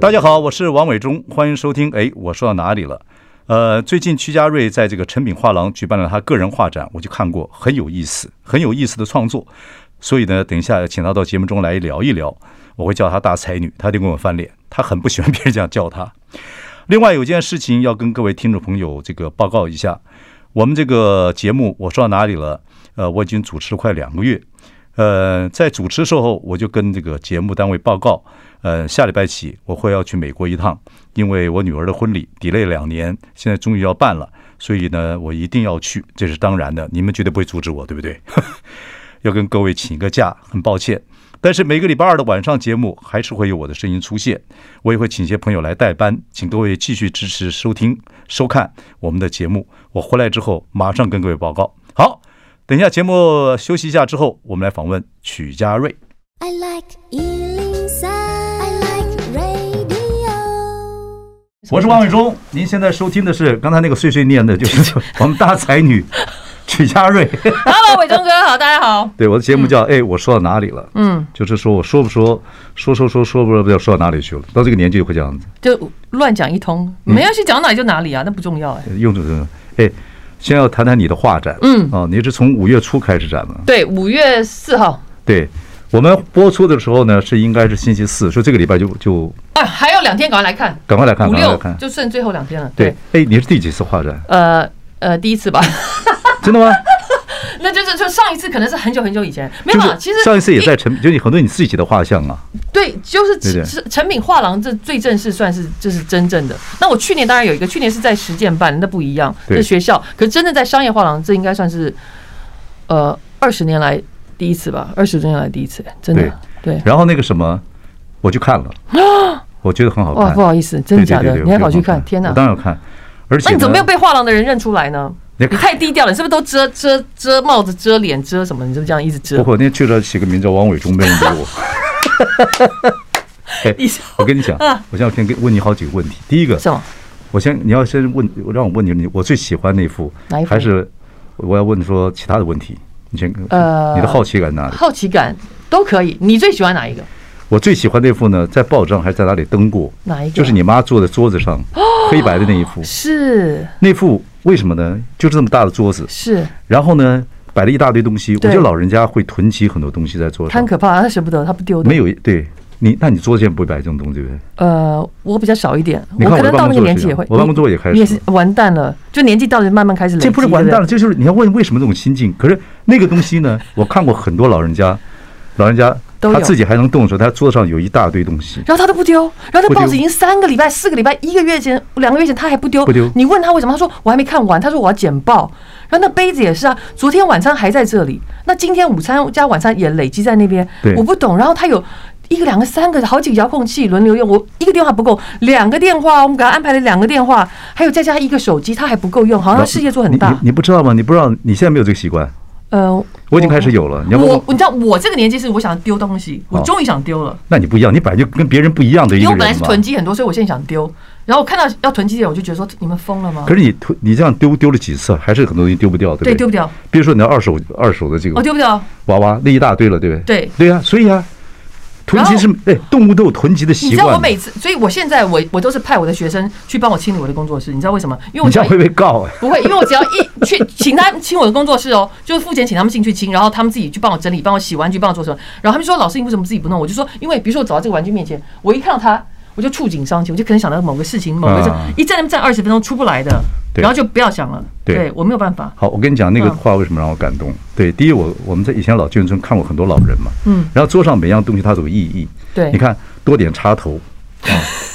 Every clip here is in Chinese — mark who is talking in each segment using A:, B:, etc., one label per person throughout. A: 大家好，我是王伟忠，欢迎收听。哎，我说到哪里了？呃，最近屈家瑞在这个诚品画廊举办了他个人画展，我就看过，很有意思，很有意思的创作。所以呢，等一下请他到节目中来聊一聊，我会叫他大才女，他就跟我翻脸，他很不喜欢别人这样叫他。另外有件事情要跟各位听众朋友这个报告一下，我们这个节目我说到哪里了？呃，我已经主持了快两个月，呃，在主持的时候我就跟这个节目单位报告，呃，下礼拜起我会要去美国一趟，因为我女儿的婚礼 delay 了两年，现在终于要办了，所以呢，我一定要去，这是当然的，你们绝对不会阻止我，对不对？要跟各位请个假，很抱歉。但是每个礼拜二的晚上节目还是会有我的声音出现，我也会请一些朋友来代班，请各位继续支持收听、收看我们的节目。我回来之后马上跟各位报告。好，等一下节目休息一下之后，我们来访问曲家瑞。
B: I like Ealing Sound. I like radio.
A: 我是王伟忠，您现在收听的是刚才那个碎碎念的，就是我们大才女 曲家瑞。
C: Hello，伟忠哥好，大家好。
A: 对，我的节目叫哎，我说到哪里了？
C: 嗯，
A: 就是说我说不说，说说说说不说，不知道说到哪里去了。到这个年纪就会这样子。
C: 就乱讲一通，
A: 嗯
C: 没关系，讲哪里就哪里啊，那不重要哎。
A: 用这个，哎，先要谈谈你的画展，
C: 嗯
A: 哦，你是从五月初开始展吗？
C: 对，五月四号，
A: 对，我们播出的时候呢，是应该是星期四，说这个礼拜就就
C: 啊，还有两天，赶快来看。
A: 赶快来看，
C: 五
A: 赶快
C: 六
A: 来看，
C: 就剩最后两天了。
A: 对，，哎，你是第几次画展？
C: 呃呃，第一次吧，
A: 真的吗？
C: 那就是就上一次可能是很久很久以前，没有
A: 就
C: 啦
A: 是。
C: 其实
A: 上一次也在成，就你很多你自己的画像啊，
C: 对，就是
A: 对对
C: 成成品画廊这最正式算是这是真正的。那我去年当然有一个，去年是在实践办，那不一样，
A: 对
C: 那学校。可是真的在商业画廊，这应该算是呃二十年来第一次吧，二十年来第一次，真的对。
A: 然后那个什么，我去看 了，我觉得很好
C: 哇，
A: 看
C: 不，好意思，真
A: 对对
C: 的假的？
A: 对对
C: 你还
A: 我觉得
C: 跑去
A: 很好
C: 看？天哪
A: 我！当然要看，而且
C: 那你怎么没有
A: 呢
C: 被画廊的人认出来呢？
A: 你
C: 你
A: 看
C: 太低调了，你是不是都遮遮遮帽子、遮脸、遮什么？你是不是这样一直遮
A: 不？过那天去了起个名叫王伟忠，没人理我。哎
C: 你说
A: 我跟你讲
C: 啊，
A: 我现在先跟问你好几个问题。第一个，
C: 什么？
A: 我先你要先问，让我问你，你我最喜欢那幅
C: 哪一，幅
A: 还是我要问说其他的问题？你先，
C: 呃
A: 你的好奇感哪里？
C: 好奇感都可以。你最喜欢哪一个？
A: 我最喜欢那幅呢，在报纸上还是在哪里登过？
C: 哪一个？
A: 就是你妈坐在桌子 上，黑白的那一幅。
C: 是
A: 那幅为什么呢？就是这么大的桌子，
C: 是，
A: 然后呢，摆了一大堆东西。我觉
C: 对
A: 得老人家会囤积很多东西在桌
C: 他
A: 上
C: 很，可怕，他舍不得，他不丢的。
A: 没有对你，那你桌子现在不会摆这种东西，对不对？
C: 呃，我比较少一点，
A: 你看
C: 我可
A: 我的
C: 能到
A: 办
C: 那
A: 公
C: 个
A: 桌
C: 年
A: 是
C: 纪
A: 这
C: 也
A: 样
C: 会。
A: 我办公
C: 你
A: 桌也开始
C: 你也是
A: 了
C: 完蛋了，就年纪到了慢慢开始。
A: 这不是完蛋了，？这就是你要问为什么这种心境。可是那个东 西呢，我看过很多老人家，老人家
C: 都有
A: 他自己还能动的时候，他桌子上有一大堆东西。
C: 然后他都不丢，然后
A: 不丢
C: 那报纸已经三个礼拜、四个礼拜、一个月前、两个月前他还不丢。
A: 不丢
C: 你问他为什么？他说我还没看完，他说我要剪报。然后那杯子也是啊，昨天晚餐还在这里，那今天午餐加晚餐也累积在那边
A: 对。
C: 我不懂。然后他有一个、两个、三个，好几个遥控器轮流用，我一个电话不够，两个电话，我们给他安排了两个电话，还有再加一个手机，他还不够用，好像
A: 然后
C: 他事哦业做很
A: 你
C: 大
A: 你。你不知道吗？你不知道，你现在没有这个习惯。
C: 呃，
A: 我已经开始有了你要不
C: 我你知道我这个年纪是我想丢东西，我
A: 哦
C: 终于想丢了。
A: 那你不一样，你本来就跟别人不一样的一
C: 因
A: 个
C: 为我本来
A: 人
C: 是
A: 嘛。
C: 囤积很多，所以我现在想丢。然后我看到要囤积点，我就觉得说你们疯了吗
A: 可？是你囤你这样丢丢了几次，还是很多东西丢不掉，对不对？
C: 对，丢不。掉，
A: 比如说你的二手二手的这
C: 我
A: 个
C: 丢不掉。
A: 娃娃那一大堆了，对不对？
C: 对
A: 对呀，所以啊，囤积是哎，动物都有囤积的
C: 你
A: 习
C: 知
A: 惯
C: 道
A: 的。
C: 我每次，所以我现在我我都是派我的学生去帮我清理我的工作室，你知道为什么？因为我
A: 你
C: 只
A: 这
C: 要
A: 样会被告哎。
C: 不会，因为我只要一去请他们清我的工作室哦，就是付钱请他们进去清，然后他们自己去帮我整理，帮我洗玩具，帮我做什么。然后他们说老师你为什么自己不弄？我就说因为比如说我走到这个玩具面前，我一看到它。我就触景伤情，我就可能想到某个事情，某个事
A: 啊
C: 一站那边站二十分钟出不来的，
A: 对
C: 然后就不要想了。
A: 嗯对
C: 我没有办法。
A: 好，我跟你讲那个
C: 嗯
A: 话为什么让我感动。对，第一，我我们在以前老眷村看过很多老人嘛，
C: 嗯，
A: 然后桌上每样东西它都有意义。
C: 对
A: 你看多点插头啊，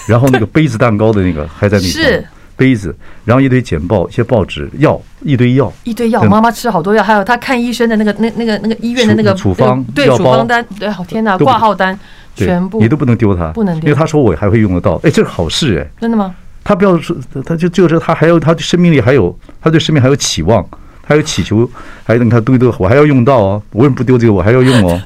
A: 然后那个杯子蛋糕的那 个还在那里
C: 是
A: 杯子，然后一堆简报、一些报纸、药，一堆药。
C: 一堆药，
A: 对
C: 妈妈吃好多药，还有她看医生的那个、那、那个、那个医院的那个
A: 处处方
C: 那个对
A: 药包
C: 处方单，对，好天哪，
A: 都不
C: 挂号单
A: 对
C: 全部
A: 你都不能丢它，
C: 不能丢
A: 因为他说我还会用得到，哎，这是好事哎。
C: 真的吗？
A: 他不要说，他就就是他还有他对生命力还有他对生命还有期望，还有祈求，还有你看堆堆，我还要用到哦，我为什么不丢这个？我还要用 哦。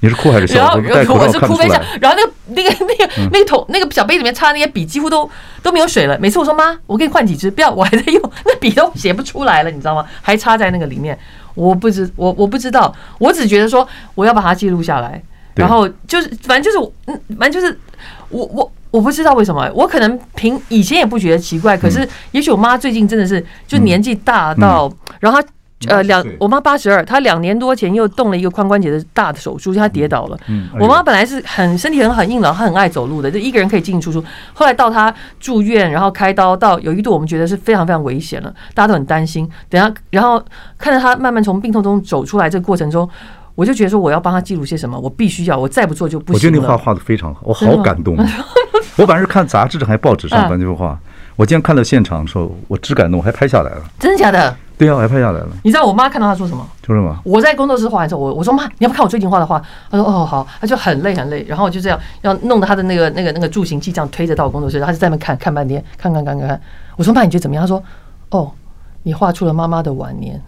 A: 你是哭还是
C: 然
A: 笑？
C: 后，
A: 我戴
C: 然后
A: 口
C: 我
A: 罩
C: 是
A: 看
C: 哭
A: 不出
C: 跟笑
A: 来。，嗯
C: 然后那个那个那个那个桶那个小杯里面插那些笔几乎都都没有水了。每次我说妈，我给你换几支，不要，我还在用，那笔都写不出来了，你知道吗？还插在那个里面，我不知我我不知道，我只觉得说我要把它记录下来，
A: 对
C: 然后就是反正就是我嗯，反正就是我我。我不知道为什么，我可能平以前也不觉得奇怪，可是
A: 嗯
C: 也许我妈最近真的是就年纪大到，
A: 嗯
C: 然后她呃两
A: 对
C: 我妈八十二，她两年多前又动了一个髋关节的大的手术，就她跌倒了。
A: 嗯哎呦
C: 我妈本来是很身体很很硬朗，她很爱走路的，就一个人可以进进出出。后来到她住院，然后开刀，到有一度我们觉得是非常非常危险了，大家都很担心。等下，然后看着她慢慢从病痛中走出来这个过程中，我就觉得说我要帮她记录些什么，我必须要，我再不做就不
A: 我觉
C: 行
A: 得那画
C: 了。
A: 画的非常好，我
C: 真
A: 好
C: 的吗
A: 感动。啊 我反正是看杂志上还报纸上
C: 嗯
A: 把那幅画，我今天看到现场的时候，我只感动，我还拍下来了。
C: 真的假的？
A: 对啊，我还拍下来了，
C: 你知道我妈看到她说什么？
A: 就这么。
C: 我在工作室画完之后，我我说妈，你要不看我最近画的画？她说哦好，她就很累很累，然后我就这样要弄得她的那个那个那个助行器这样推着到我工作室，她就在那边看看半天，看看看看看。我说妈，你觉得怎么样？她说哦，你画出了妈妈的晚年，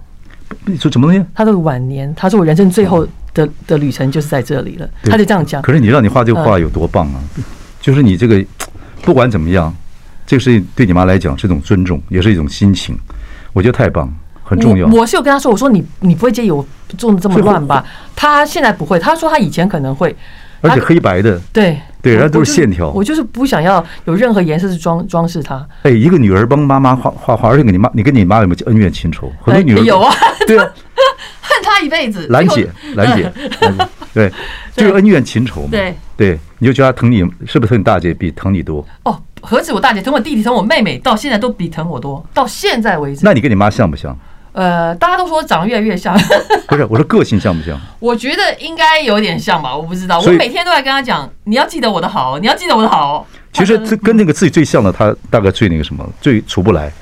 A: 你说什么东西？
C: 她的晚年，她说我人生最后的的旅程就是在这里了，
A: 对
C: 她就这样讲。嗯
A: 可是你让你画这个画有多棒啊！就是你这个，不管怎么样，这个事情对你妈来讲是一种尊重，也是一种心情，我觉得太棒，很重要。
C: 我我是有跟她说，我说你你不会介意我种的这么乱吧？她现在不会，她说她以前可能会，
A: 而且
C: 她
A: 黑白的，
C: 对
A: 对
C: 我
A: 然后都是
C: 我就
A: 线条
C: 我就是不想要有任何颜色是装装饰它。
A: 哎，一个女儿帮妈妈画画画，而且跟你妈，你跟你妈有没有恩怨情仇？很多女儿
C: 哎有啊，
A: 对 啊，
C: 恨他一辈子。呃
A: 兰
C: 最
A: 姐
C: 后，
A: 兰 姐，兰姐对，就是恩怨情仇嘛。
C: 对，
A: 对，你就觉得她疼你，是不是疼你大姐比疼你多？
C: 哦，何止我大姐疼我弟弟疼我妹妹，到现在都比疼我多，到现在为止。
A: 那你跟你妈像不像？
C: 呃，大家都说我长得越来越像，
A: 不是，我说个性像不像？
C: 我觉得应该有点像吧，我不知道。我
A: 所以
C: 每天都在跟他讲，你要记得我的好，你要记得我的好。
A: 其实
C: 他
A: 这
C: 真的
A: 跟那个自己最像的，她大概最那个什么，最处不来，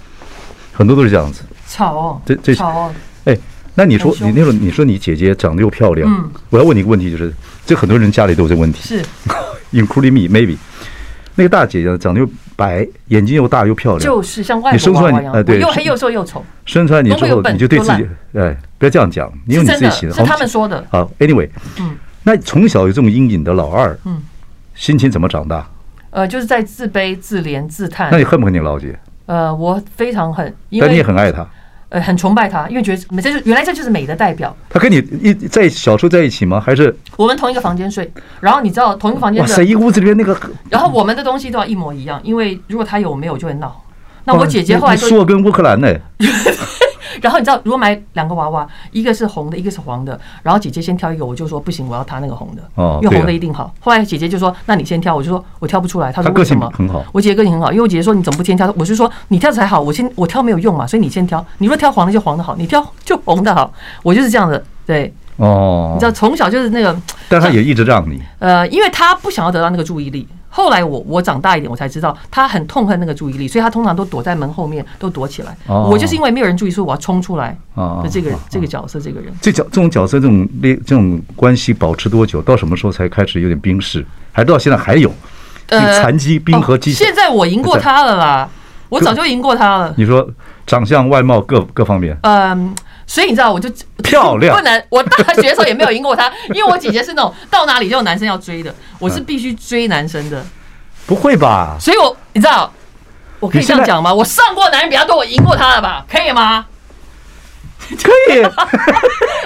A: 很多都是这样子。
C: 吵哦，
A: 这这
C: 吵哦，
A: 哎，那你说
C: 很
A: 你
C: 凶
A: 那时候你说你姐姐长得又漂亮，
C: 嗯
A: 我要问你一个问题，就是这很多人家里都有这个问题
C: 是
A: ，including me maybe。那个大姐姐长得又白，眼睛又大又漂亮，
C: 就是像外
A: 你生
C: 国
A: 出来
C: 娃娃
A: 你
C: 一样，
A: 哎对
C: 我又
A: 是
C: 黑又瘦又丑，
A: 生出来你之
C: 东北
A: 后
C: 有本
A: 你就对自己
C: 都，
A: 哎，不要这样讲，你有
C: 是
A: 你
C: 真
A: 自己
C: 的，
A: 喜
C: 是
A: 的。
C: 他们说的。
A: 好，anyway，
C: 嗯
A: 那从小有这种阴影的老二，
C: 嗯
A: 心情怎么长大？
C: 呃，就是在自卑、自怜、自叹
A: 那。你恨不恨你老姐？
C: 呃，我非常恨，因
A: 但你也
C: 为
A: 很爱她。
C: 呃很崇拜他，因为觉得这就原来这就是美的代表。
A: 她跟你一在小时候在一起吗？还是
C: 我们同一个房间睡，然后你知道同一个房间
A: 哇塞，
C: 的，
A: 一个屋子里面那个
C: 然后我们的东西都要一模一样，因为如果他有我没有就会闹。那
A: 哇
C: 我姐姐后来
A: 你
C: 就，
A: 说跟乌克兰呢？
C: 然后你知道，如果买两个娃娃，一个是红的，一个是黄的，然后姐姐先挑一个，我就说不行，我要她那个红的，
A: 哦
C: 因为
A: 对啊
C: 红的一定好。后来姐姐就说，那你先挑，我就说我挑不出来，她
A: 她
C: 说
A: 个
C: 为什
A: 性
C: 么？
A: 很好，
C: 我姐姐个性很好，因为我姐姐说你怎么不先挑？我就说你挑才好，我先我挑没有用嘛，所以你先挑。你若挑黄的就黄的好，你挑就红的好。我就是这样的，对，
A: 哦，
C: 你知道从小就是那个
A: 但她也一直让你，
C: 呃，因为他不想要得到那个注意力。后来我我长大一点，我才知道他很痛恨那个注意力，所以他通常都躲在门后面，都躲起来。
A: 哦
C: 我就是因为没有人注意，所以我要冲出来
A: 哦
C: 的这个、
A: 哦哦
C: 这个角色，这个人。
A: 这角这种角色这种这种关系保持多久？到什么时候才开始有点冰释？还到现在还有，这
C: 呃
A: 个残疾冰河
C: 哦
A: 肌。
C: 现在我赢过他了啦，我早就赢过他了。
A: 你说长相、外貌各各方面，
C: 嗯，所以你知道，我就
A: 漂亮
C: 不能。我大学的时候也没有赢过他，因为我姐姐是那种到哪里就有男生要追 的，我是必须追男生的。
A: 不会吧？
C: 所以我你知道，我可以
A: 你
C: 这
A: 现在
C: 样讲吗？我上过男人比较多，我赢过他了吧？可以吗？
A: 可 以，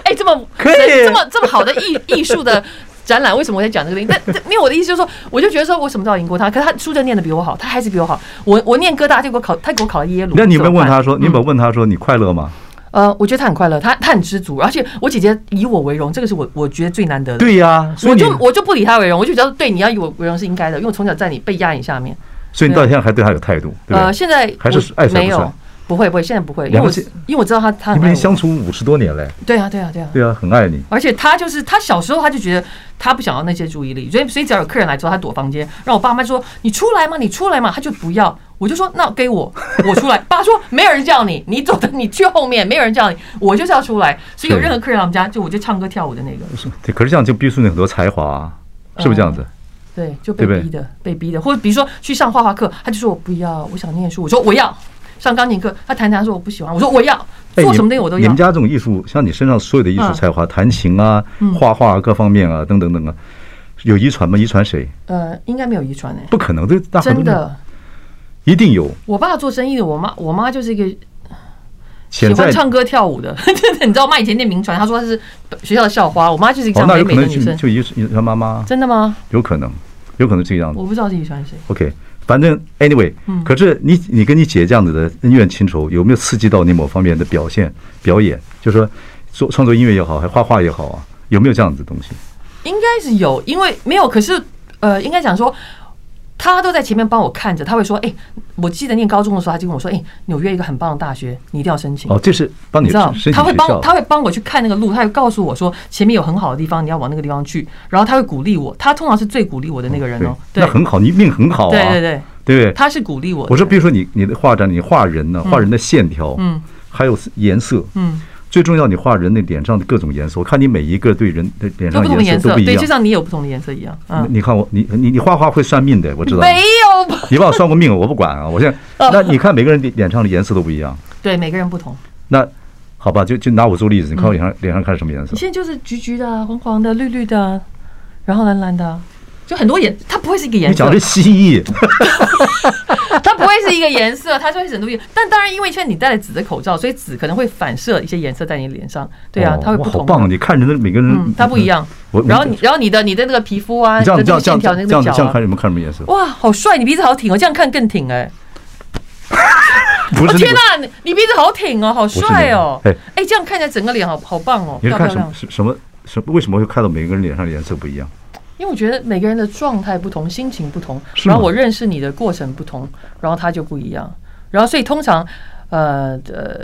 C: 哎，这么
A: 可以
C: 这这么这么好的艺 艺术的展览，为什么我在讲这个东西？但但因为我的意思就是说，我就觉得说我什么都要赢过他，可是他书证念的比我好，他还是比我好。我我念哥大，他就给我考，他给我考了耶鲁。
A: 那你有没
C: 怎
A: 有
C: 么
A: 问
C: 办
A: 他说？你有没有
C: 嗯
A: 问他说你快乐吗？
C: 呃，我觉得他很快乐，他他很知足，而且我姐姐以我为荣，这个是我我觉得最难得的。，
A: 嗯对呀、所
C: 我
A: 以你
C: 就我就不理他为荣，我就觉得对你要以我为荣是应该的，因为我从小在你被压你下面。
A: 所以你到现在还对他有态度，对不
C: 呃，
A: 对？
C: 现在
A: 还是
C: 我
A: 爱算不
C: 没有
A: 算，
C: 不会不会，现在不会，因为
A: 两个
C: 我
A: 是
C: 因为我知道他他
A: 你
C: 很
A: 们已
C: 爱我
A: 经相处五十多年嘞，
C: 对啊对啊对啊。
A: 对啊，很爱你。
C: 而且他就是他小时候他就觉得他不想要那些注意力，所以所以只要有客人来之后，他躲房间，让我爸妈说你出来嘛，你出来嘛，他就不要。我就说那给我， 我出来。爸说没有人叫你，你走的你去后面，没有人叫你，我就是 要出来。所以有任何客人来我们家，就我就唱歌跳舞的那个。
A: 对，可是这样就逼出你很多才华啊、是不是这样子？
C: 对，就被逼的，被逼的，或者比如说去上画画课，他就说我不要，我想念书，我说我要。上钢琴课，他弹弹说我不喜欢，我说我要
A: 哎
C: 做什么
A: 你
C: 东西我都
A: 你
C: 要
A: 们。家这种艺术，像你身上所有的艺术
C: 嗯
A: 才华，弹琴啊、画画啊各方面啊，等等等啊，有遗传吗？遗传谁？
C: 呃，应该没有遗传哎，
A: 不可能，这大部分
C: 真
A: 都没有
C: 的。
A: 一定有。
C: 我爸做生意的，我妈我妈就是一个喜
A: 潜在哦
C: 欢唱歌跳舞的， 真的，你知道我妈以前念名传，她说她是学校的校花，我妈就是一个
A: 哦
C: 这，样
A: 那
C: 美
A: 有可
C: 美的
A: 能
C: 女
A: 就
C: 生。
A: 就遗遗传妈妈，
C: 真的吗？
A: 有可能，有可能这个样子。
C: 我不知道是遗传谁。
A: OK，反正 anyway，
C: 嗯
A: 可是你你跟你姐这样子的恩怨情仇，有没有刺激到你某方面的表现表演？就是说做创作音乐也好，还画画也好啊，有没有这样子的东西？
C: 应该是有，因为没有，可是呃，应该讲说。他都在前面帮我看着，他会说：“哎、我记得念高中的时候，他就跟我说：‘哎、纽约一个很棒的大学，你一定要申请。’
A: 哦，这是帮你
C: 你知道
A: 申请
C: 他会
A: 学
C: 帮
A: 校，
C: 他会帮我去看那个路，他会告诉我说前面有很好的地方，你要往那个地方去，然后他会鼓励我，他通常是最鼓励我的那个人
A: 对
C: 哦，对
A: 那，很好，你命很好啊，
C: 对对对，
A: 对不对？
C: 他是鼓励我的。
A: 我说，比如说你你的画展，你画人呢、画人的线条，
C: 嗯，
A: 还有颜色，
C: 嗯，
A: 最重要你画人的脸上的各种颜色，我看你每一个对人的脸
C: 有
A: 上
C: 不同的颜
A: 色都
C: 色，
A: 不一
C: 对，
A: 样
C: 就。像你有不同的颜色一样，嗯，
A: 你你看我你你你画画会算命的，我知道。
C: 没有哦吧，
A: 你帮我算过命，我不管啊！我现在，那你看每个人脸脸上的颜色都不一样。
C: 对，每个人不同。
A: 那好吧，就就拿我做例子，
C: 嗯
A: 你看我脸上脸上看什么颜色
C: 你？现在就是橘橘的、啊、黄黄的、绿绿的啊，然后蓝蓝的啊，就很多颜，它不会是一个颜
A: 你
C: 色
A: 讲的，是蜥蜴，
C: 它不会是一个颜色，它就会是很多颜。但当然，因为现在你戴了紫的口罩，所以紫可能会反射一些颜色在你脸上，对啊
A: 哦，
C: 它会
A: 哇
C: 不
A: 好
C: 同。
A: 棒！你看人的每个
C: 嗯
A: 人，，
C: 它不一样
A: 我。我
C: 然后你，然后你的你的那个皮肤啊，
A: 你这样
C: 你
A: 这样
C: 的
A: 这
C: 线
A: 样
C: 条
A: 这
C: 那
A: 样
C: 个
A: 这
C: 脚
A: 样
C: 啊
A: 看，有没有看什么颜色？
C: 哇，好帅！你鼻子好挺哦，这样看更挺哎。
A: 不
C: 哦
A: 是
C: 天
A: 那个，
C: 哪，你你鼻子好挺哦，好
A: 是
C: 帅哦
A: 那个。
C: 哎，这样看起来整个脸好好棒哦，
A: 你是
C: 漂
A: 看
C: 漂
A: 什么
C: 亮。
A: 什什么什么？为什么会看到每个人脸上的颜色不一样？
C: 因为我觉得每个人的状态不同，心情不同，
A: 是吗
C: 然后我认识你的过程不同，然后他就不一样。然后所以通常，呃呃，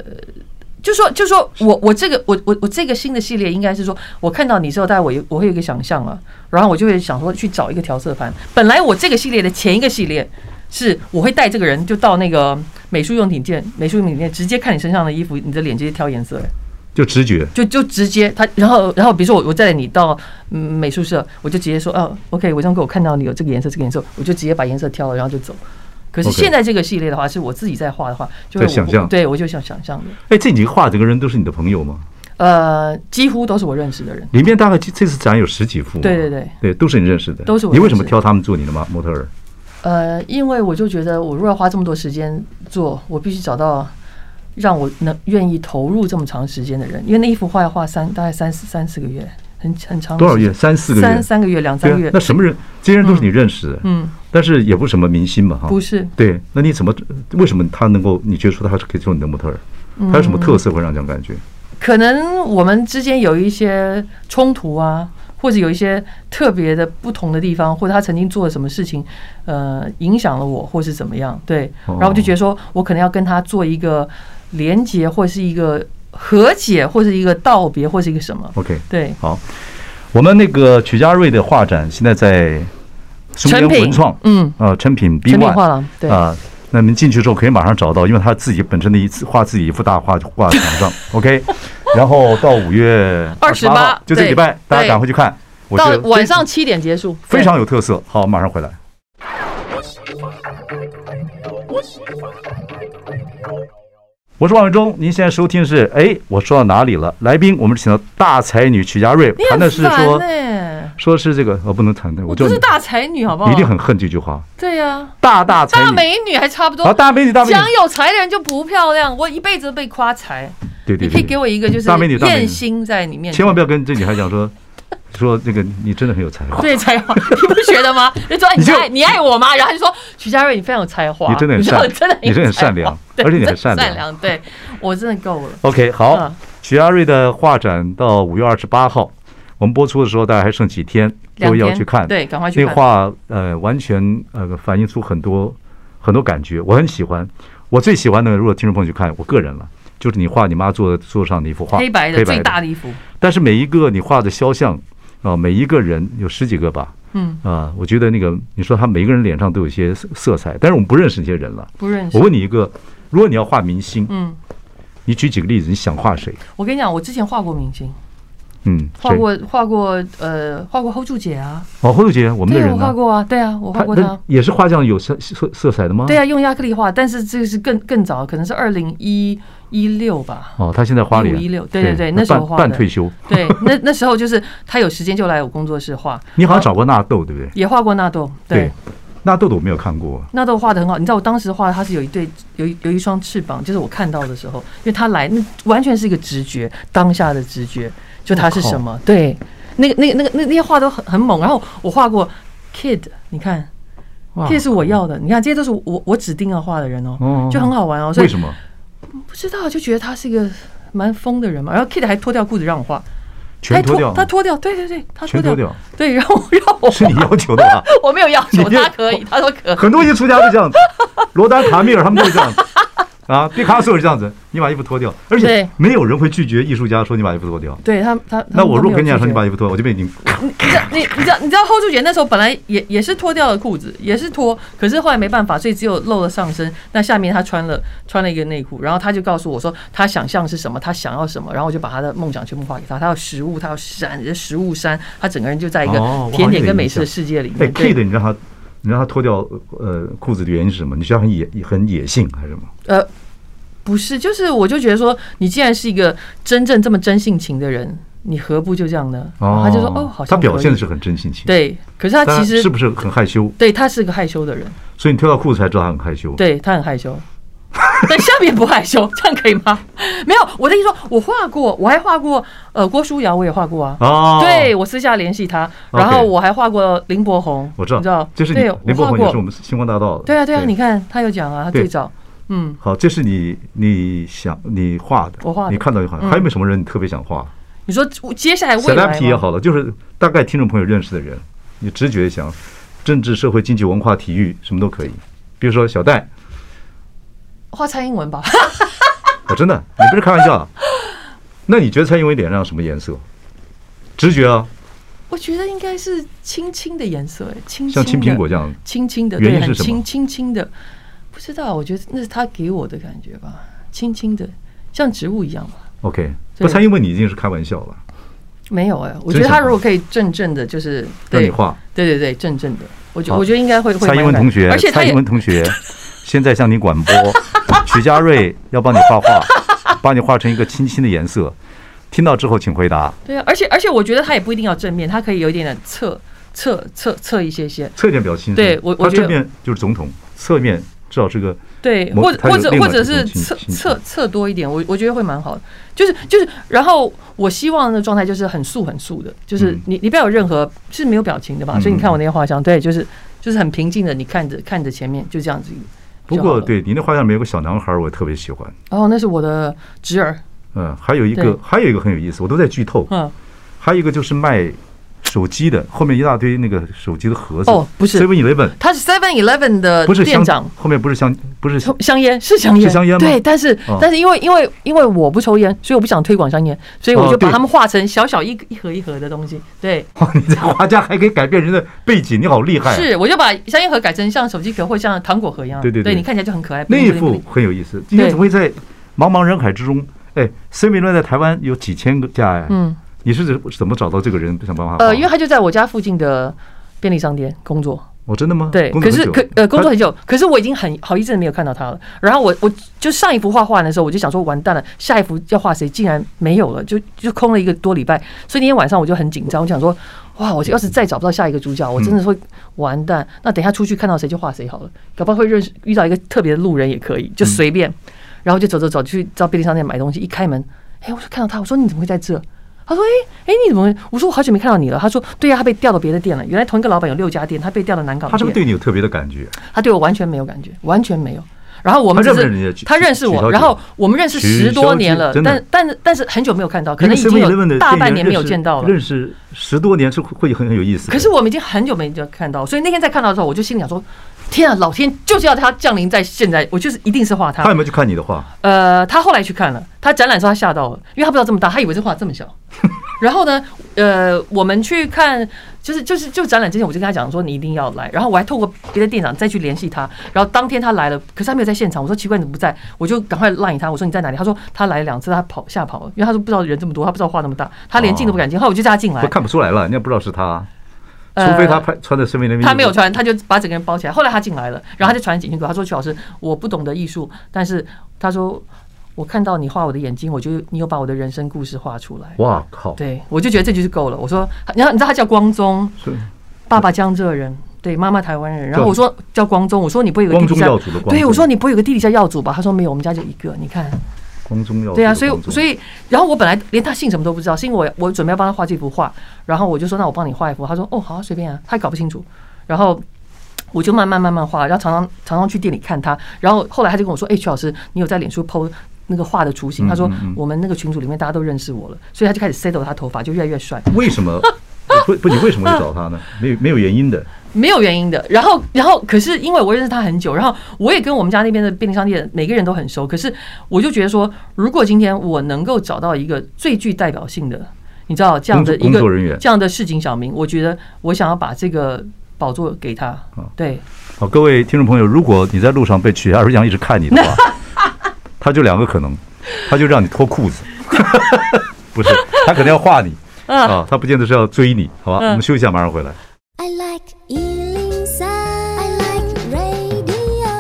C: 就说就说我我这个我我我这个新的系列应该是说，我看到你之后，大概我有我会有一个想象了，然后我就会想说去找一个调色盘。本来我这个系列的前一个系列是我会带这个人就到那个美术用品店，美术用品店直接看你身上的衣服，你的脸直接挑颜色、哎
A: 就直觉。
C: 就就直接他，然后然后比如说我我带你到嗯美术社，我就直接说哦，OK，我刚给我看到你有这个颜色，这个颜色，我就直接把颜色挑了，然后就走。可是
A: OK
C: 现在这个系列的话，是我自己在画的话，就会
A: 在想
C: 我
A: 象
C: 对我就想想象的，
A: 哎，这几个画整个人都是你的朋友吗？
C: 呃，几乎都是我认识的人。
A: 里面大概这这次展有十几幅嘛。
C: 对对对
A: 对，都是你认识的。
C: 都是我
A: 你为什么
C: 认识的
A: 挑他们做你的模模特儿？
C: 呃，因为我就觉得，我如果要花这么多时间做，我必须找到让我能愿意投入这么长时间的人。因为那一幅画要画三大概三四三四个月，很很长的
A: 多少
C: 时间
A: 月？三四个
C: 三
A: 月？
C: 三个月两
A: 对
C: 三个
A: 啊
C: 月。，
A: 那什么人？这些人都是你认识的。
C: 嗯，
A: 但是也不是什么明星嘛，哈，
C: 不是
A: 对，那你怎么为什么他能够你觉得说他是可以做你的模特儿？
C: 嗯
A: 他有什么特色会让你这样感觉？
C: 可能我们之间有一些冲突啊，或者有一些特别的不同的地方，或者他曾经做了什么事情，呃，影响了我，或是怎么样，对，
A: 哦
C: 然后我就觉得说我可能要跟他做一个连接，或是一个和解，或是一个道别，或是一个什么，
A: OK，
C: 对，
A: 好，我们那个曲家瑞的画展现在在松
C: 成
A: 烟
C: 品
A: 文创，
C: 嗯，
A: 呃，成品 B
C: 成品
A: One
C: 画廊，对，
A: 啊、那您进去之后可以马上找到，因为他自己本身的一次画自己一幅大画就挂在墙 上，OK，然后到五月
C: 28
A: 号就这
C: 对
A: 礼拜，大家
C: 对
A: 赶快去看，我
C: 到
A: 觉得
C: 晚上七点结束，
A: 非
C: 对
A: 常有特色。好，马上回来。我是王伟忠，您现在收听的是哎，我说到哪里了？来宾，我们请到大才女曲家瑞，
C: 你
A: 谈
C: 很
A: 的是
C: 烦
A: 说
C: 呢、
A: 说是这个，我哦不能谈的，
C: 我
A: 我就
C: 不是大才女，好不好？
A: 你一定很恨这句话，
C: 对呀、啊，
A: 大大才
C: 大
A: 女，
C: 美女还差不多
A: 好，，大美女，大美女
C: 讲，有才的人就不漂亮，我一辈子都被夸才。
A: 对对
C: 你
A: 对
C: 可以给
A: 对，
C: 我一个就是
A: 大美女大美女
C: 艳星在你面前，
A: 千万不要跟这女孩讲说 说那个你真的很有才华，
C: 对才华， 你不觉得吗？人说哎
A: 你
C: 你
A: 就
C: 爱你爱我吗？然后他就说徐佳瑞你非常有才华，
A: 你真的很善
C: 你真的
A: 你真的很善良
C: 有才华对
A: 而且你很
C: 真的
A: 善良
C: 善良，对我真的够了。
A: OK，好，
C: 嗯
A: 许家瑞的画展到五月二十八号，我们播出的时候大概还剩几天，各
C: 两
A: 位
C: 天
A: 要去看。
C: 对，赶快去
A: 那个
C: 看。
A: 画呃，完全呃反映出很多很多感觉，我很喜欢。我最喜欢的，如果听众朋友去看，我个人了，就是你画你妈坐坐上的一幅画，
C: 黑白的
A: 黑白
C: 最大的一幅，
A: 但是每一个你画的肖像啊、每一个人有十几个吧，
C: 嗯，
A: 啊、我觉得那个你说他每个人脸上都有一些色色彩，但是我们不认识那些人了。
C: 不认识
A: 我。问你一个，如果你要画明星，
C: 嗯，
A: 你举几个例子，你想画谁？
C: 我跟你讲，我之前画过明星，
A: 嗯，
C: 画
A: 谁
C: 过画过呃画过 hold 住姐啊，
A: 哦，侯友杰，我们的
C: 对啊，
A: 人
C: 我
A: 呢、
C: 画过啊，对啊，我画
A: 他
C: 过
A: 他
C: 他。
A: 也是画这样有色色色彩的吗？
C: 对啊，用亚克力画，但是这个是更更早，可能是二零一一六吧。
A: 哦，他现在花莲
C: 1516对对对那时候
A: 半
C: 画的
A: 半退休，
C: 对，那那时候就是他有时间就来我工作室画，
A: 你好像找过纳豆对不对？
C: 也画过纳豆，对，，
A: 纳豆的我没有看过，啊
C: 纳豆画的很好。你知道我当时画它是有一对有一有一双翅膀，就是我看到的时候，因为他来那完全是一个直觉，当下的直觉，就它是什么？对，那个那个那个那那些画都很很猛。然后我画过 kid，你看
A: 哇
C: kid 是我要的，你看这些都是我我指定要画的人哦
A: 哦，
C: 就很好玩哦。所以
A: 为什么？
C: 不知道，就觉得他是一个蛮疯的人嘛。然后 Kid 还脱掉裤子让我画，他
A: 全
C: 还
A: 脱掉，
C: 他哎脱掉，对对对，他
A: 全
C: 脱
A: 脱
C: 掉，
A: 掉，
C: 对，让我让 我
A: 是你要求的 吧？
C: 我没有要求
A: 你
C: 他可以，他说可以，
A: 很多艺术家都这样子，罗丹、卡米尔他们都这样子。啊，毕卡索是这样子，你把衣服脱掉，而且
C: 对
A: 没有人会拒绝艺术家说你把衣服脱掉。
C: 对他他
A: 那我如果跟你讲
C: 讲
A: 说你把衣服脱掉，我就被你
C: 你知道你你知道你知道 hold 住姐那时候本来也也是脱掉了裤子，也是脱，可是后来没办法，所以只有露了上身。那下面她穿了穿了一个内裤，然后她就告诉我说她想象是什么，她想要什么，然后我就把她的梦想全部画给她。她要食物，她要山，食物山，她整个人就在一
A: 哦
C: 个
A: 我好
C: 甜
A: 像
C: 点
A: 有
C: 跟
A: 印
C: 美食的
A: 象
C: 世界里
A: 哎
C: 面。对
A: kid，你让他你让他脱掉呃裤子的原因是什么？你觉得他很野很野性还是什么？
C: 呃，不是，就是我就觉得说，你既然是一个真正这么真性情的人，你何不就这样呢？然后他就说，哦，好像
A: 他表
C: 可以
A: 现的是很真性情，，
C: 对，可是他其实
A: 是不是很害羞？
C: 对他是个害羞的人，
A: 所以你脱掉裤子才知道他很害羞。，
C: 对他很 害羞。但下面不害羞，这样可以吗？没有，我的意思说，我画过，我还画过，呃，郭书瑶我也画过啊。
A: 哦，
C: 对，，我私下联系他，
A: OK
C: 然后我还画过林柏宏，
A: 我知道，
C: 你知道，
A: 这是你
C: 对，我
A: 林柏
C: 画
A: 宏也是我
C: 过，
A: 们星光大道的。
C: 对啊，对啊，你看他有讲啊，他
A: 对
C: 最早，嗯，
A: 好，这是你你想你画的，
C: 我画的
A: 你看到就画。还有没有什么人你特别想画？
C: 你说接下来哎未
A: 小
C: 来
A: 单
C: 吗
A: 皮也好了，就是大概听众朋友认识的人，你直觉想，政治、社会、经济、文化、体育什么都可以。比如说小戴，
C: 画蔡英文吧，
A: 我、哦真的，你不是开玩笑 啊？那你觉得蔡英文脸上什么颜色？直觉啊，
C: 我觉得应该是青青的颜色，哎，青
A: 像青
C: 青的
A: 苹果这样。
C: 青青的，
A: 原因
C: 对，
A: 是
C: 很
A: 什么
C: 青青青的，不知道，我觉得那是他给我的感觉吧，青青的，像植物一样吧。
A: OK，
C: 对
A: 不，蔡英文你一定是开玩笑了。
C: 没有哎、我
A: 真
C: 觉得他
A: 想
C: 如果可以正正的，就是
A: 让你
C: 对
A: 画，
C: 对对对，正正的，我觉
A: 好
C: 我觉得应该会会
A: 蔡英文
C: 蛮有感
A: 同学，
C: 而且他
A: 蔡
C: 也
A: 英文同 学，现在向你广播，许家瑞要帮你画画，帮你画成一个清新的颜色。听到之后请回答，
C: 对啊，而且而且我觉得他也不一定要正面，他可以有一点点侧侧侧侧一些些，
A: 侧面比较清新。
C: 对我
A: 他
C: 我觉得
A: 正面就是总统，侧面至少是个
C: 对，
A: 某
C: 或者
A: 它有
C: 或者
A: 另外
C: 或
A: 一
C: 者
A: 种
C: 是
A: 情
C: 测
A: 情
C: 测
A: 绪
C: 测多一点，我我觉得会蛮好的。就是就是，然后我希望的状态就是很素很素的，就是
A: 嗯
C: 你你不要有任何是没有表情的嘛。所以你看
A: 嗯
C: 我那些画像，对，就是就是很平静的，你看着看着前面就这样子。
A: 不
C: 就好
A: 过
C: 了，
A: 对您的画像里面有个小男孩，我特别喜欢。
C: 然后那是我的侄儿，
A: 嗯，还有一
C: 对
A: 个，还有一个很有意思，我都在剧透。
C: 嗯，
A: 还有一个就是卖手机的，后面一大堆那个手机的盒子。
C: 哦不是
A: Seven Eleven，
C: 他是 Seven Eleven 的
A: 不是
C: 店
A: 香
C: 长。
A: 后面不是香，不是
C: 抽香烟是香烟，
A: 是香烟吗
C: 对，但是、
A: 哦
C: 但是因为因为因为我不抽烟，所以我不想推广香烟，所以我
A: 哦
C: 就把
A: 对
C: 它们画成小小一一盒一盒的东西。对，
A: 哇， 你这画家还可以改变人的背景，你好厉害啊！
C: 是，我就把香烟盒改成像手机壳或像糖果盒一样，
A: 对对对
C: 你看起来就很可爱。
A: 那一
C: 不灵不
A: 幅
C: 灵
A: 很有意思，因为怎么会在茫茫人海之中？哎，C 米伦在台湾有几千个家哎，
C: 嗯，
A: 你是怎怎么找到这个人？想办法
C: 呃，因为他就在我家附近的便利商店工作，
A: 我哦真的吗？
C: 对，
A: 啊工
C: 可
A: 作
C: 是
A: 很久
C: 可呃工作很久，可是我已经很好一阵子没有看到他了。然后我我就上一幅画画的时候，我就想说完蛋了，下一幅要画谁，竟然没有了，就就空了一个多礼拜。所以那天晚上我就很紧张，我想说，哇，我要是再找不到下一个主角，我真
A: 嗯
C: 的会完蛋。那等一下出去看到谁就画谁好了，搞不好会认识遇到一个特别的路人也可以，就
A: 嗯
C: 随便。然后就走走走去到便利商店买东西，一开门，哎，我就看到他，我说你怎么会在这？他说：“哎哎，你怎么会？”我说：“我好久没看到你了。”他说：“对呀、他被调到别的店了。原来同一个老板有六家店，他被调到南港
A: 他是不
C: 店
A: 是。对你有特别的感觉？啊
C: 他对我完全没有感觉，完全没有。然后我们
A: 他
C: 只
A: 认不
C: 是
A: 认识你
C: 他认识
A: 许小
C: 我，
A: 姐
C: 然后我们认识十多年了
A: 许小姐真，的
C: 但但但是很久没有看到，可能已经
A: 因为 7-Eleven
C: 有
A: 的
C: 大
A: 店员
C: 半年没有
A: 认识
C: 见到了。
A: 认识十多年是会很很有意思的。
C: 可是我们已经很久没看到，所以那天再看到的时候，我就心里想说：天啊，老天就是要他降临在现在，我就是一定是画
A: 他有
C: 他。
A: 没有去看你的画？
C: 呃，他后来去看了，他展览的时候他吓 到了，因为他不知道这么大，他以为是画这么小。然后呢，呃，我们去看，就是就是就展览之前我就跟他讲说你一定要来，然后我还透过别的店长再去联系他，然后当天他来了，可是他没有在现场，我说奇怪你怎么不在，我就赶快 line 他，我说你在哪里？他说他来两次他跑吓跑了，因为他说不知道人这么多，他不知道画那么大，他连进都不敢进，后来我就叫他进来
A: 我，看不出来了，人家不知道是他，啊除
C: 呃
A: 非他拍穿的身份证。
C: 他没有穿，他就把整个人包起来。后来他进来了，然后他就传简讯给我，他说：“曲老师，我不懂得艺术，但是他说我看到你画我的眼睛，我就你有把我的人生故事画出来。
A: 哇靠！
C: 对，我就觉得这就是够了。我说，然后你知道他叫光宗，
A: 是
C: 爸爸江浙人，对，妈妈台湾人。然
A: 叫
C: 后我说叫光宗，我说你不会有个
A: 光
C: 弟
A: 宗
C: 弟叫
A: 耀祖的光
C: 对，
A: 宗
C: 我说你不会有个弟弟叫耀祖吧？他说没有，我们家就一个。你看，
A: 光宗耀祖的光宗。
C: 对啊，所以所以，然后我本来连他姓什么都不知道，是因为我我准备要帮他画这幅画，然后我就说那我帮你画一幅，他说哦好啊、随便啊，他也搞不清楚，然后。我就慢慢慢慢画，然后常常常常去店里看他，然后后来他就跟我说：“哎、曲老师，你有在脸书 PO 那个画的雏形？”他说：“我们那个群组里面大家都认识我了，所以他就开始 settle 他头发，就越来越帅。”
A: 为什么 不不你为什么会找他呢？没有没有原因的。
C: 没有原因的。然后，然后可是因为我认识他很久，然后我也跟我们家那边的便利商店每个人都很熟。可是我就觉得说，如果今天我能够找到一个最具代表性的，你知道这样的一
A: 工
C: 个
A: 作工作人员
C: 这样的市井小民，我觉得我想要把这个宝座给他。
A: 哦
C: 对，
A: 好，各位听众朋友，如果你在路上被曲家瑞这样一直看你的话，他就两个可能，他就让你脱裤子， 不是，他可能要画你啊，他不见得是要追你，好吧？我们休息一下，马上回来。
B: I like Ealing Sound. I like radio.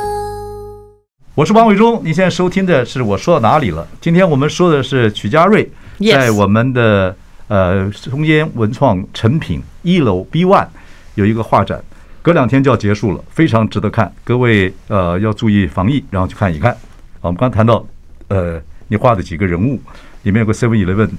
A: 我是王伟忠，你现在收听的是我说到哪里了？今天我们说的是曲家瑞
C: Yes
A: 在我们的呃中间文创成品一楼 B One 有一个画展，隔两天就要结束了，非常值得看。各位呃要注意防疫，然后去看一看。好，我们刚谈到呃你画的几个人物，里面有个 Seven Eleven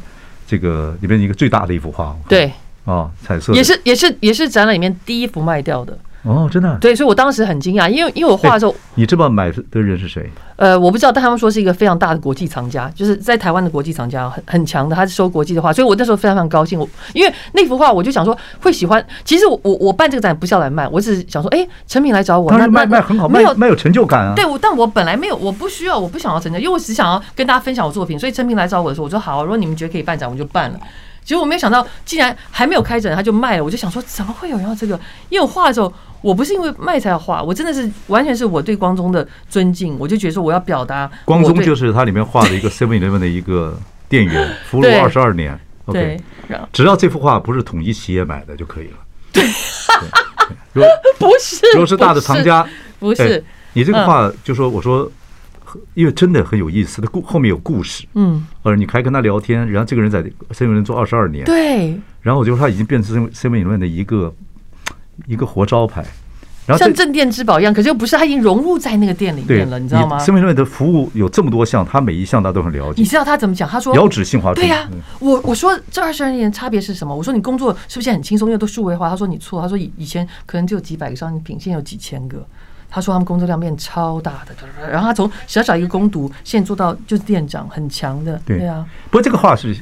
A: 这个里面一个最大的一幅画，我看
C: 对，
A: 啊彩色的
C: 也是也是也是展览里面第一幅卖掉的。
A: 哦真的啊
C: 对，所以我当时很惊讶，因为因为我画的时候
A: 哎，你知不知道买的人是谁？
C: 呃，我不知道，但他们说是一个非常大的国际藏家，就是在台湾的国际藏家很很强的，他是收国际的画，所以我那时候非常非常高兴。我因为那幅画，我就想说会喜欢。其实我我我办这个展不是要来卖，我只是想说，哎、陈敏来找我，
A: 当
C: 那
A: 然
C: 那
A: 卖卖很好，
C: 没
A: 卖
C: 有
A: 卖有成就感啊。
C: 对，我但我本来没有，我不需要，我不想要成就，因为我只想要跟大家分享我作品。所以陈平来找我的时候，我说好，如果你们觉得可以办展，我就办了。结果我没有想到，竟然还没有开展，他就卖了。我就想说，怎么会有人要这个？因为我画的时候，我不是因为卖才要画，我真的是完全是我对光宗的尊敬，我就觉得说我要表达我
A: 光宗
C: 对
A: 就是它里面画的 一个 Seven Eleven 的一个店员，服务
C: 对
A: 二十二年。OK，
C: 对，然后
A: 只要这幅画不是统一企业买的就可以了。对，如果
C: 不是，
A: 如果是大的
C: 不
A: 藏家，
C: 不是嗯
A: 哎，你这个画就说我说，因为真的很有意思，它故后面有故事。
C: 嗯，
A: 呃，你还跟他聊天，然后这个人在 Seven Eleven 做二十二年，
C: 对，
A: 然后我就说他已经变成 Seven Eleven 的一个一个活招牌。然后这
C: 像镇店之宝一样，可是又不是，他已经融入在那个店里
A: 对
C: 面了，你知道吗？
A: ？Seven Eleven 的服务有这么多项，他每一项他都很了解
C: 你。知道他怎么讲？他说
A: 遥指杏花村，
C: 对呀、
A: 嗯
C: 我我说这二十二年差别是什么？我说你工作是不是很轻松，因为都数位化？他说你错，他说以以前可能只有几百个商品，现在有几千个。他说他们工作量变超大的，然后他从小小一个工读，现在做到就是店长，很强的。
A: 对
C: 啊，
A: 不过这个画是，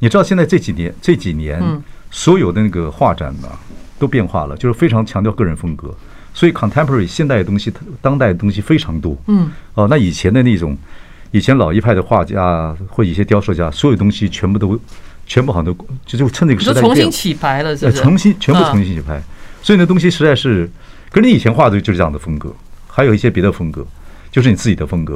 A: 你知道现在这几年这几年、
C: 嗯
A: 所有的那个画展呢、都变化了，就是非常强调个人风格，所以 contemporary 现代的东西、当代的东西非常多。
C: 嗯，
A: 哦，那以前的那种，以前老一派的画家或一些雕塑家，所有东西全部都全部好像都就就趁这个
C: 你
A: 时
C: 说
A: 代
C: 重
A: 变
C: 新起牌了，是啊
A: 呃，
C: 不是？
A: 重新全部重新去拍，所以那东西实在是，可是你以前画的就是这样的风格，还有一些别的风格，就是你自己的风格，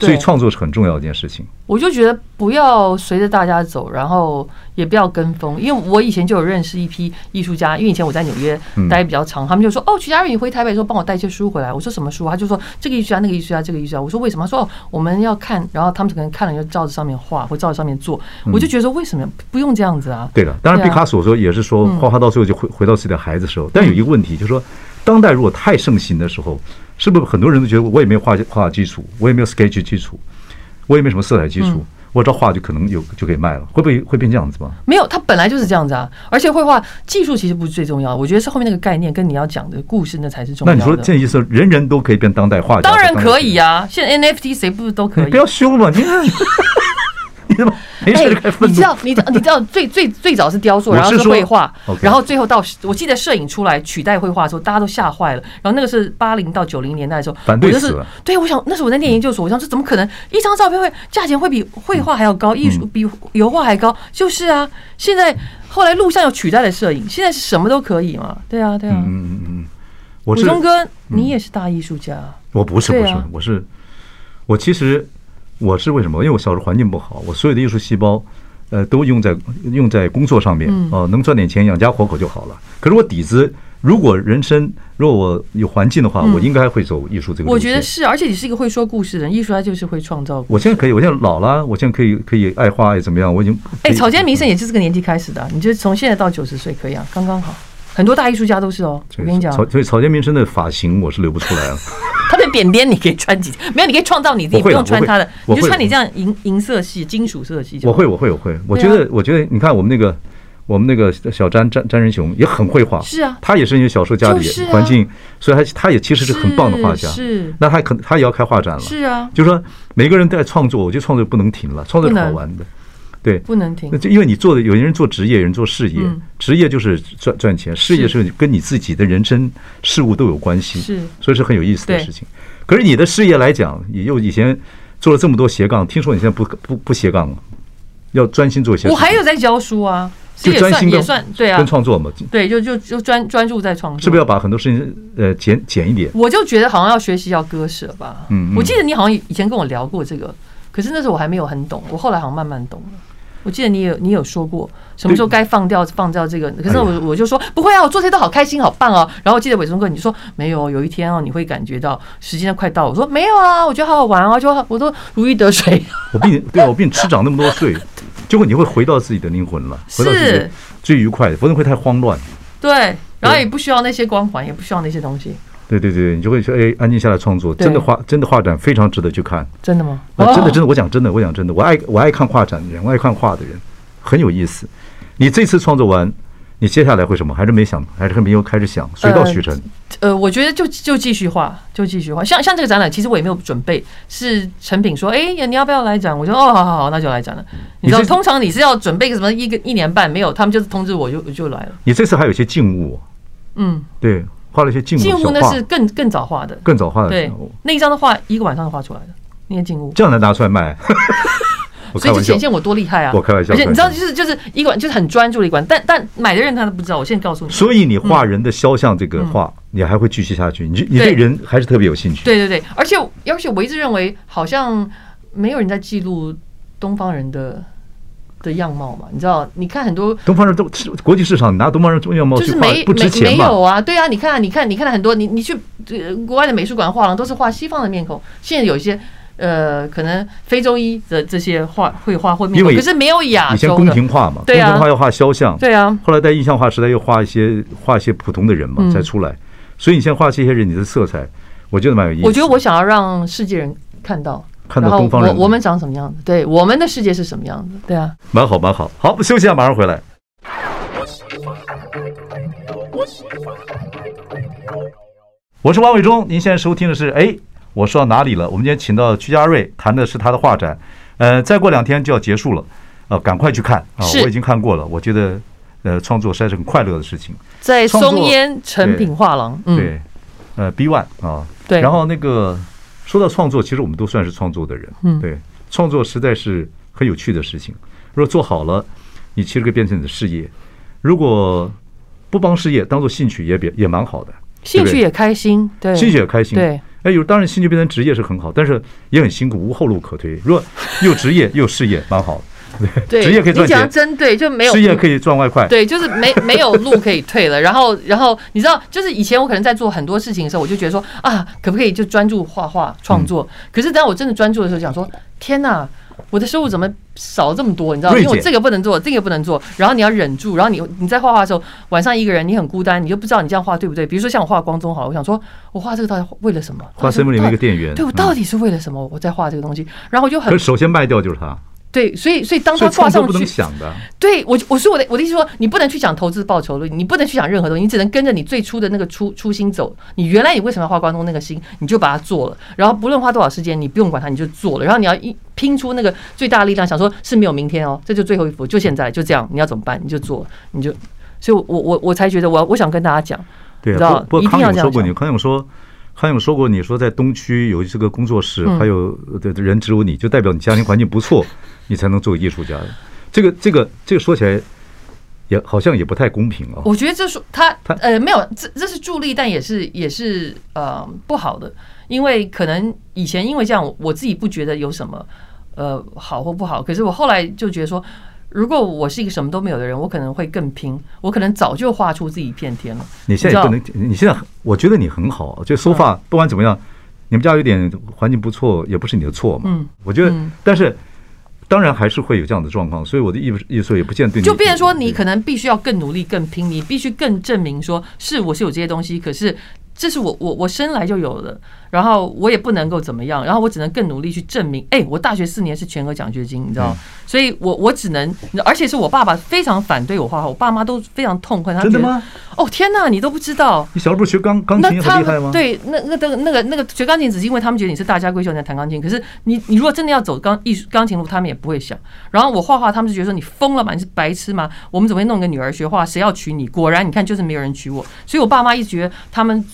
A: 所以
C: 对
A: 创作是很重要的一件事情。
C: 我就觉得不要随着大家走，然后也不要跟风，因为我以前就有认识一批艺术家，因为以前我在纽约
A: 嗯
C: 待比较长，他们就说：“哦，曲家瑞，你回台北的时候帮我带一些书回来。”我说：“什么书啊？”他就说：“这个艺术家，那个艺术家，这个艺术家。”我说：“为什么？”他说：“哦，我们要看。”然后他们可能看了就照着上面画或照着上面做，我就觉得说为什么不用这样子啊？
A: 对了，当然
C: 对
A: 毕
C: 啊
A: 卡索说也是说，画画到最后就回回到自己的孩子时候。但有一个问题，就是说，当代如果太盛行的时候，是不是很多人都觉得我也没有画画基础，我也没有 sketch 基础，我也没什么色彩基
C: 嗯
A: 础，我只要画就可能有就可以卖了，会不会会变这样子吗？
C: 没有，它本来就是这样子啊。而且绘画技术其实不是最重要的，我觉得是后面那个概念跟你要讲的故事那才是重
A: 那
C: 要的。
A: 你说这意思，人人都可以变当代画家？
C: 啊当然可以、啊，现在 NFT 谁不是都可
A: 你
C: 以
A: 不？要凶嘛，你看。你是吧？没事 就开始愤
C: 哎
A: 怒
C: 你知。道，你知道，你知道最最最早是雕塑，
A: 我
C: 然后
A: 是
C: 是
A: 说
C: 绘画，
A: OK
C: 然后最后到我记得摄影出来取代绘画的时候，大家都吓坏了。然后那个是八零到九零年代的时候，
A: 反对
C: 我就是
A: 死了
C: 对，我想那时候我在念研究所，我想这怎么可能？一张照片会价钱会比绘画还要
A: 嗯
C: 高，艺术比油画还高，就是啊。现在后来录像又取代了摄影，现在是什么都可以嘛？对啊，对啊。
A: 嗯嗯嗯，我
C: 伟
A: 是嗯
C: 忠哥，你也是大艺术家，
A: 我不是
C: 对
A: 不是
C: 啊，
A: 我是我其实我是为什么？因为我小时候环境不好，我所有的艺术细胞呃都用在用在工作上面
C: 嗯
A: 哦、能赚点钱养家活口就好了。可是我底子，如果人生如果我有环境的话，
C: 嗯
A: 我应该会走艺术这个路线。
C: 我觉得是，而且你是一个会说故事的人，艺术家就是会创造故事。
A: 我现在可以，我现在老了，我现在可以可以爱画爱怎么样？我已经
C: 哎，草
A: 间
C: 间弥生也是这个年纪开始的啊，你就从现在到九十岁可以啊，刚刚好。很多大艺术家都是哦，我跟你讲，
A: 草所以草间弥生的发型我是留不出来了。
C: 他的扁边你可以穿几，没有你可以创造你自己，
A: 我
C: 不
A: 会的
C: 用穿他的，
A: 我
C: 你
A: 会的
C: 就穿你这样银银色系、金属色系就啊
A: 我
C: 好。
A: 会，我会，我会。我觉得，我觉得，你看我们那个，我们那个小詹詹詹仁雄也很会画，
C: 是啊
A: 他也是因为小时候家里
C: 就是啊
A: 环境，所以他他也其实是很棒的画家。
C: 是
A: 那他可能他也要开画展了。
C: 是啊，
A: 就说每个人都在创作，我觉得创作不能停了，创作是
C: 不
A: 好
C: 能
A: 玩的。对，
C: 不能停
A: 那。就因为你做的，有些人做职业，有人做事业
C: 嗯，
A: 职业就是赚赚钱，事业是跟你自己的人生事物都有关系，
C: 是
A: 所以是很有意思的
C: 对
A: 事情。可是你的事业来讲，也又以前做了这么多斜杠，听说你现在不不不斜杠了，要专心做一些事情。
C: 我还有在教书啊，这
A: 就
C: 也
A: 专心
C: 算
A: 跟
C: 也算对啊
A: 跟，创作嘛，
C: 对，就就就专专注在创作。
A: 是不是要把很多事情呃减减一点？
C: 我就觉得好像要学习要割舍吧。
A: 嗯嗯
C: 我记得你好像以前跟我聊过这个，可是那时候我还没有很懂，我后来好像慢慢懂了。我记得你有你有说过什么时候该放掉放掉这个，可是我、
A: 嗯哎
C: 我就说不会啊，我做这些都好开心好棒哦。然后我记得伟忠哥你就说没有，有一天哦你会感觉到时间快到，我说没有啊，我觉得好好玩啊，就好我都如鱼得水。
A: 我比你对啊，我比你吃长那么多岁，结果你会回到自己的灵魂了，回到自己的
C: 是
A: 最愉快的，否则会太慌乱。
C: 对，然后也不需要那些光环，也不需要那些东西，
A: 对对对，你就会说哎，安静下来创作，
C: 对哦
A: 真的画真的画展非常值得去看。
C: 真的吗？
A: 啊， 真的真
C: 的，
A: 的，我讲真的，我讲真的，我爱我爱看画展的人，我爱看画的人，很有意思。你这次创作完，你接下来会什么？还是没想，还是没有开始想，水到渠成。
C: 呃，我觉得就就继续画，就继续画。像像这个展览，其实我也没有准备，是陈品说，哎、你要不要来展？我就哦，好好好，那就来展了。你知道，
A: 你是
C: 通常你是要准备个什么一个一年半，没有，他们就是通知我就我就来了。
A: 你这次还有一些静物，
C: 嗯，
A: 对，画了一些静物
C: 静物
A: 小
C: 那
A: 画
C: 是，更更早画的，
A: 更早画的
C: 对
A: 小物，
C: 那一张的画一个晚上就画出来的那些静物，
A: 这样才拿出来卖。 我
C: 所
A: 开
C: 以就
A: 玩笑
C: 显，现我多厉害啊！
A: 我开玩笑
C: 而且你知道，
A: 开玩
C: 就是就是一个晚就是很专注的一管，但但买的人他都不知道。我现在告诉你，
A: 所以你画人的肖像这个画，你还会继续下去，你就你对
C: 嗯对
A: 人还是特别有兴趣。
C: 对对对，而且而且我一直认为，好像没有人在记录东方人的的样貌嘛。你知道，你看很多
A: 东方人都国际市场拿东方人中样貌
C: 就
A: 去
C: 是
A: 画
C: 没
A: 不值
C: 没
A: 钱
C: 没
A: 嘛？
C: 有啊，对啊，你看啊你看你看了很多，你你去呃国外的美术馆画廊都是画西方的面孔，现在有一些。呃，可能非洲裔的这些画绘画或面
A: 因
C: 孔，
A: 为
C: 可是没有亚
A: 以前
C: 洲
A: 宫
C: 的，
A: 廷画嘛，宫
C: 对啊
A: 廷画要画肖像，
C: 对啊，
A: 后来在印象画时代又画一些画一些普通的人嘛，
C: 嗯
A: 才出来。所以你现在画这些人，你的色彩，我觉得蛮有意思。
C: 我觉得我想要让世界人看到，
A: 看到
C: 然后
A: 东方人
C: 我我们长什么样子，对，我们的世界是什么样子，对啊。
A: 蛮好，蛮好。好，休息一下，马上回来。我是王伟忠，您现在收听的是哎，我说到哪里了？我们今天请到屈家瑞，谈的是他的画展，呃，再过两天就要结束了，呃，赶快去看啊！
C: 是
A: 我已经看过了，我觉得呃，创作实在是很快乐的事情。
C: 在
A: 创作
C: 松烟成品画廊，嗯，
A: 对，呃，B One 啊，
C: 对
A: 然后那个说到创作，其实我们都算是创作的人，
C: 嗯
A: 对，创作实在是很有趣的事情。如果做好了，你其实可以变成你的事业；如果不帮事业当做兴趣也别也蛮好的，
C: 兴趣
A: 对
C: 也开心，对，
A: 不对兴趣也开心。
C: 对，
A: 哎，有当然兴趣变成职业是很好，但是也很辛苦，无后路可推。如果又职业又事业，蛮好的，
C: 对，
A: 职业可以
C: 你
A: 赚
C: 讲得
A: 钱，
C: 真对，就没有
A: 事业可以赚外快，
C: 对，就是没 没有路可以退了。然后，然后你知道，就是以前我可能在做很多事情的时候，我就觉得说啊，可不可以就专注画画创作？
A: 嗯
C: 可是当我真的专注的时候，想说天哪，我的收入怎么少这么多？你知道，
A: 瑞
C: 因
A: 姐
C: 为我这个不能做，这个不能做，然后你要忍住，然后你你在画画的时候，晚上一个人你很孤单，你就不知道你这样画对不对。比如说像我画光中好了，我想说我画这个到底为了什么？
A: 花生命里面一个店员。
C: 对我
A: 嗯
C: 到底是为了什么？我在画这个东西，然后我就很
A: 可是首先卖掉就是他，
C: 对，所以所以当
A: 所
C: 他
A: 以创
C: 挂
A: 作
C: 上
A: 不能
C: 去，
A: 想的，
C: 对我，我所以我的我的意思说，你不能去讲投资报酬率，你不能去讲任何东西，你只能跟着你最初的那个初初心走。你原来你为什么要花关东那个心，你就把它做了，然后不论花多少时间，你不用管它，你就做了。然后你要一拼出那个最大力量，想说是没有明天哦，这就最后一步，就现在，就这样，你要怎么办？你就做，你就。所以我，我我我才觉得我要，我想跟大家讲，
A: 对
C: 你知道
A: 啊。不不
C: 一
A: 过
C: 定
A: 康
C: 要
A: 永
C: 这样
A: 说过
C: 想
A: 你，康永说，康永说过你说在东区有这个工作室，
C: 嗯
A: 还有的人植入你，就代表你家庭环境不错，你才能做艺术家的。这个这个这个说起来也好像也不太公平啊。
C: 我觉得这是他
A: 他
C: 呃没有，这这是助力，但也是也是呃不好的，因为可能以前因为这样，我我自己不觉得有什么呃好或不好，可是我后来就觉得说，如果我是一个什么都没有的人，我可能会更拼，我可能早就画出自己一片天了。
A: 你现在也
C: 知道
A: 不能，你现在我觉得你很好，啊
C: 嗯
A: 就说话不管怎么样，你们家有点环境不错，也不是你的错嘛。
C: 嗯，
A: 我觉得
C: 嗯，
A: 但是当然还是会有这样的状况，所以我的艺术艺术也不见得对你
C: 就变成说，你可能必须要更努力、更拼，你必须更证明说，是我是有这些东西，可是这是我我我生来就有的，然后我也不能够怎么样，然后我只能更努力去证明。哎、我大学四年是全额奖学金，你知道，
A: 嗯
C: 所以我我只能，而且是我爸爸非常反对我画画，我爸妈都非常痛恨，他
A: 真的
C: 觉得
A: 吗？
C: 哦天哪，你都不知道。
A: 你小时候不是学钢钢
C: 那
A: 琴
C: 他
A: 很厉
C: 们
A: 害吗？，
C: 对，那那个那个那个学钢琴，只是因为他们觉得你是大家闺秀你才弹钢琴。可是你你如果真的要走钢艺术钢琴路，他们也不会想。然后我画画，他们就觉得说你疯了嘛，你是白痴嘛？我们怎么会弄个女儿学画？谁要娶你？果然你看就是没有人娶我。所以我爸妈一直觉得他们。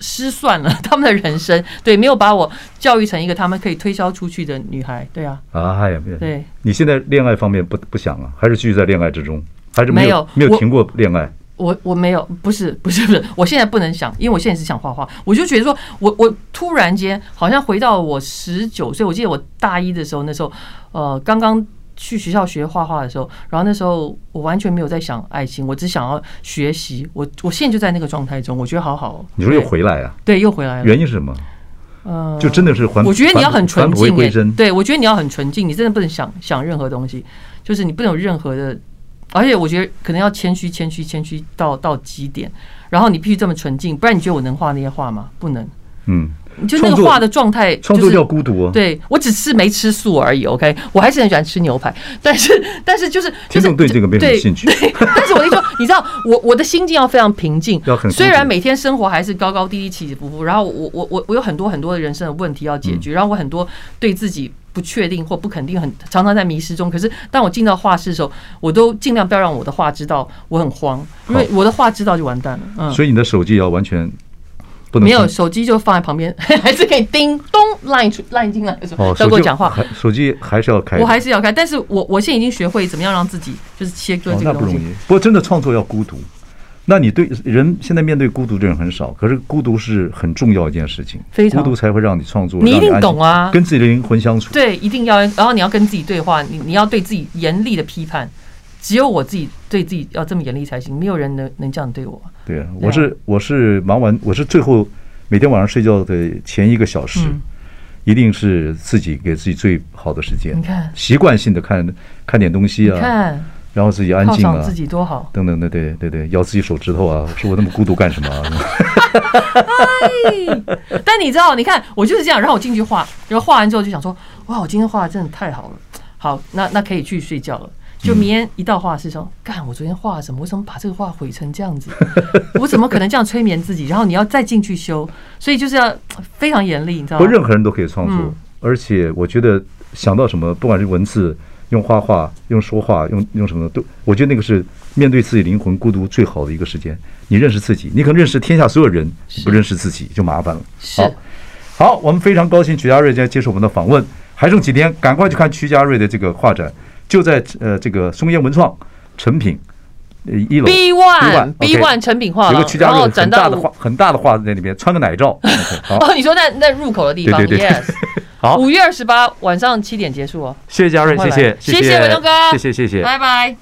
C: 失算了 他们的人生，对，没有把我教育成一个他们可以推销出去的女孩，对啊，
A: 哎呀，
C: 对，
A: 你现在恋爱方面不不想啊，还是继续在恋爱之中，还是没
C: 没
A: 有
C: 有
A: 没有
C: 我
A: 停过恋爱？
C: 我我没有，不是不是不是，我现在不能想，因为我现在是想画画，我就觉得说我我突然间好像回到我十九岁，我记得我大一的时候，那时候呃刚刚去学校学画画的时候，然后那时候我完全没有在想爱情，我只想要学习，我我现在就在那个状态中，我觉得好好哦。
A: 你说又
C: 对
A: 回来啊？
C: 对又回来了，
A: 原因是什么？
C: 嗯
A: 就真的是还
C: 我觉得你要很
A: 还
C: 纯
A: 不回
C: 净、
A: 归
C: 欸，
A: 真。
C: 对我觉得你要很纯净，你真的不能想想任何东西，就是你不能有任何的，而且我觉得可能要谦虚、谦虚、谦虚到到极点，然后你必须这么纯净，不然你觉得我能画那些画吗？不能，
A: 嗯，
C: 你就那
A: 创
C: 个
A: 作
C: 画的状态、就是，
A: 创作叫孤独啊。
C: 对我只是没吃素而已，OK，我还是很喜欢吃牛排，但是 但是就是就
A: 听
C: 是
A: 众对这个没什么兴趣。
C: 对，但是我就说，你知道，我我的心境要非常平静
A: 要很，
C: 虽然每天生活还是高高低低、起起伏伏，然后我我我我有很多很多的人生的问题要解决，
A: 嗯
C: 然后我很多对自己。不确定或不肯定，很常常在迷失中。可是当我进到画室的时候，我都尽量不要让我的画知道我很慌，因为我的画知道就完蛋了。嗯，
A: 所以你的手机要完全不能
C: 没有手机就放在旁边， 还是可以叮咚 line 出 line 进来的时候，
A: 哦，
C: 不
A: 手
C: 要跟我
A: 机
C: 讲话。
A: 还手机还是要开的。
C: 我还是要开，但是我我现在已经学会怎么样让自己就是切割
A: 哦，
C: 这
A: 那
C: 个
A: 不
C: 东
A: 容
C: 西。
A: 易。不过真的创作要孤独。那你对人现在面对孤独的人很少，可是孤独是很重要一件事情，
C: 非常
A: 孤独才会让你创作，
C: 你一定
A: 让安静
C: 懂啊
A: 跟自己的灵魂相处。
C: 对，一定要，然后你要跟自己对话，你你要对自己严厉的批判。只有我自己对自己要这么严厉才行，没有人能能这样对我。
A: 对啊，我是我是忙完，我是最后每天晚上睡觉的前一个小时，
C: 嗯
A: 一定是自己给自己最好的时间。
C: 你看
A: 习惯性的看看点东西
C: 嗯你
A: 啊，
C: 看，
A: 然后自己安
C: 犒
A: 静
C: 赏
A: 啊
C: 自，己多好。
A: 等等的，对对对，咬自己手指头 啊，说我那么孤独干什么啊？
C: 嘿但你知道，你看我就是这样，然后我进去画，然后画完之后就想说，哇，我今天画的真的太好了，好，那那可以去睡觉了。
A: 嗯
C: 就明天一到画室说，干，我昨天画了什么？我怎么把这个画毁成这样子？ 我怎么可能这样催眠自己？然后你要再进去修，所以就是要非常严厉，你知道
A: 不，
C: 吗？
A: 任何人都可以创作
C: 嗯，
A: 而且我觉得想到什么，不管是文字、用画画、用说话、用用什么都，我觉得那个是面对自己灵魂孤独最好的一个时间。你认识自己，你可能认识天下所有人，你不认识自己就麻烦了。
C: 是
A: 好，好，我们非常高兴曲家瑞今天接受我们的访问，还剩几天，赶快去看曲家瑞的这个画展，就在呃这个松烟文创成品呃一楼
C: B one
A: B1，OK
C: B one 成品画
A: 有个
C: 廊
A: 曲，家
C: 然
A: 瑞
C: 后
A: 很
C: 展
A: 大
C: 到
A: 的
C: 五
A: 画很大的画在那边，穿个奶罩。OK，好，
C: 哦，你说那那入口的地方
A: 对对对
C: y e s
A: 好
C: 五月二十八晚上七点结束哦，
A: 谢谢家瑞，谢谢
C: 谢谢伟东哥
A: 谢谢谢谢。
C: 拜拜。